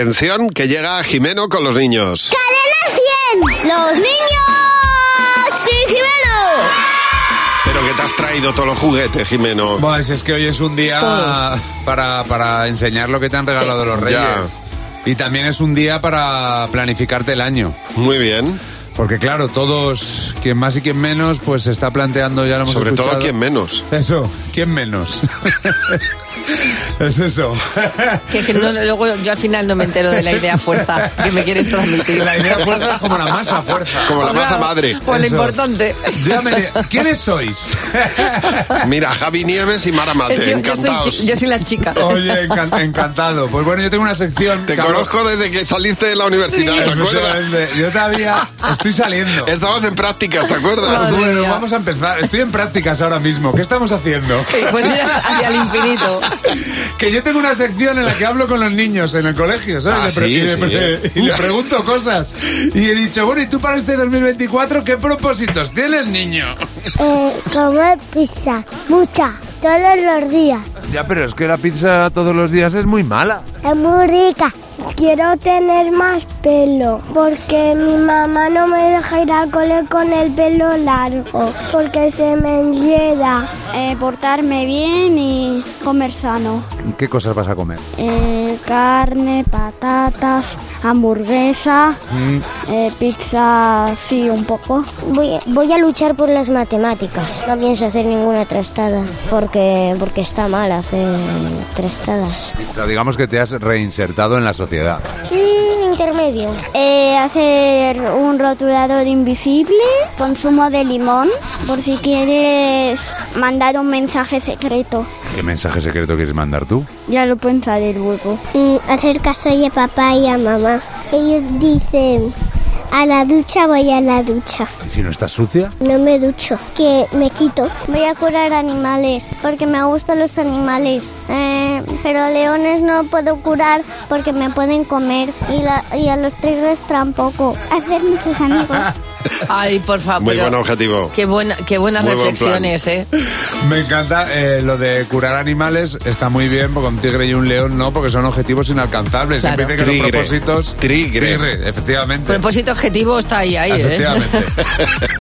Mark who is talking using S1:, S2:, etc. S1: Atención, que llega Jimeno con los niños.
S2: ¡Cadena 100! ¡Los niños! ¡Sí, Jimeno!
S1: Pero que te has traído todos los juguetes, Jimeno.
S3: Bueno, si es que hoy es un día
S4: Todos.
S3: para, para enseñar lo que te han regalado los reyes. Y también es un día para planificarte el año.
S1: Muy bien.
S3: Porque claro, todos, quien más y quien menos, pues se está planteando, ya lo hemos
S1: Sobre
S3: escuchado.
S1: todo quien menos.
S3: Eso, ¿quién menos? es eso.
S4: Que, que no- luego yo al final no me entero de la idea fuerza que me quieres transmitir.
S3: La idea fuerza es como la masa fuerza.
S1: Como la
S4: Claro,
S1: masa madre.
S4: Pues lo
S3: Eso.
S4: importante.
S3: Ya me li- ¿Quiénes sois?
S1: Mira, Javi Nieves y Mara
S4: Yo-
S1: Mate,
S4: yo, soy,
S1: encantados.
S4: chi- yo soy la chica.
S3: Oye, encan- encantado. Pues bueno, yo tengo una sección.
S1: Te
S3: que hablo-
S1: conozco desde que saliste de la universidad, ¿te acuerdas?
S3: Efectivamente. Yo todavía estoy saliendo.
S1: Estabas en práctica, ¿te acuerdas?
S4: Madre
S3: Bueno,
S4: mía.
S3: vamos a empezar. Estoy en prácticas ahora mismo. ¿Qué estamos haciendo?
S4: Pues ir hacia el infinito.
S3: Que yo tengo una sección en la que hablo con los niños en el colegio, ¿sabes?
S1: Ah,
S3: Y
S1: sí,
S3: le pre- y, le
S1: sí.
S3: pre- y le pregunto cosas. Y he dicho, bueno, ¿y tú para este 2024 qué propósitos tienes, niño?
S2: Eh, comer pizza, mucha, todos los días.
S5: Ya, pero es que la pizza todos los días es muy mala.
S2: Es muy rica. Quiero tener más pelo porque mi mamá no me deja ir al cole con el pelo largo porque se me enreda.
S6: Eh, portarme bien y comer sano.
S5: ¿Qué cosas vas a comer?
S6: Eh, carne, patatas, hamburguesa, eh, pizza, sí, un poco.
S2: Voy, voy a luchar por las matemáticas. No pienso hacer ninguna trastada porque, porque está mal hacer trastadas.
S5: Digamos que te has reinsertado en la sociedad.
S2: intermedio.
S6: Eh, hacer un rotulador invisible, consumo de limón, por si quieres mandar un mensaje secreto.
S5: ¿Qué mensaje secreto quieres mandar tú?
S6: Ya lo pensaré luego.
S2: hacer caso a papá y a mamá. Ellos dicen, a la ducha voy a la ducha.
S5: ¿Y si no estás sucia?
S2: No me ducho, que me quito. Voy a curar animales, porque me gustan los animales. Eh, pero leones no puedo curar porque me pueden comer. Y, la- y a los tigres tampoco. Hacer muchos amigos.
S4: Ay, por favor.
S1: Muy
S4: pero
S1: buen objetivo.
S4: Qué, buena, qué buenas
S1: Muy buen plan.
S4: reflexiones, ¿eh?
S3: Me encanta eh, lo de curar animales. Está muy bien, porque un tigre y un león no, porque son objetivos inalcanzables.
S4: Claro.
S3: Siempre dicen que
S1: Tigre.
S3: los propósitos...
S1: Tigre.
S3: Tigre, efectivamente.
S4: Propósito objetivo está ahí, ahí, ¿eh?
S3: Efectivamente.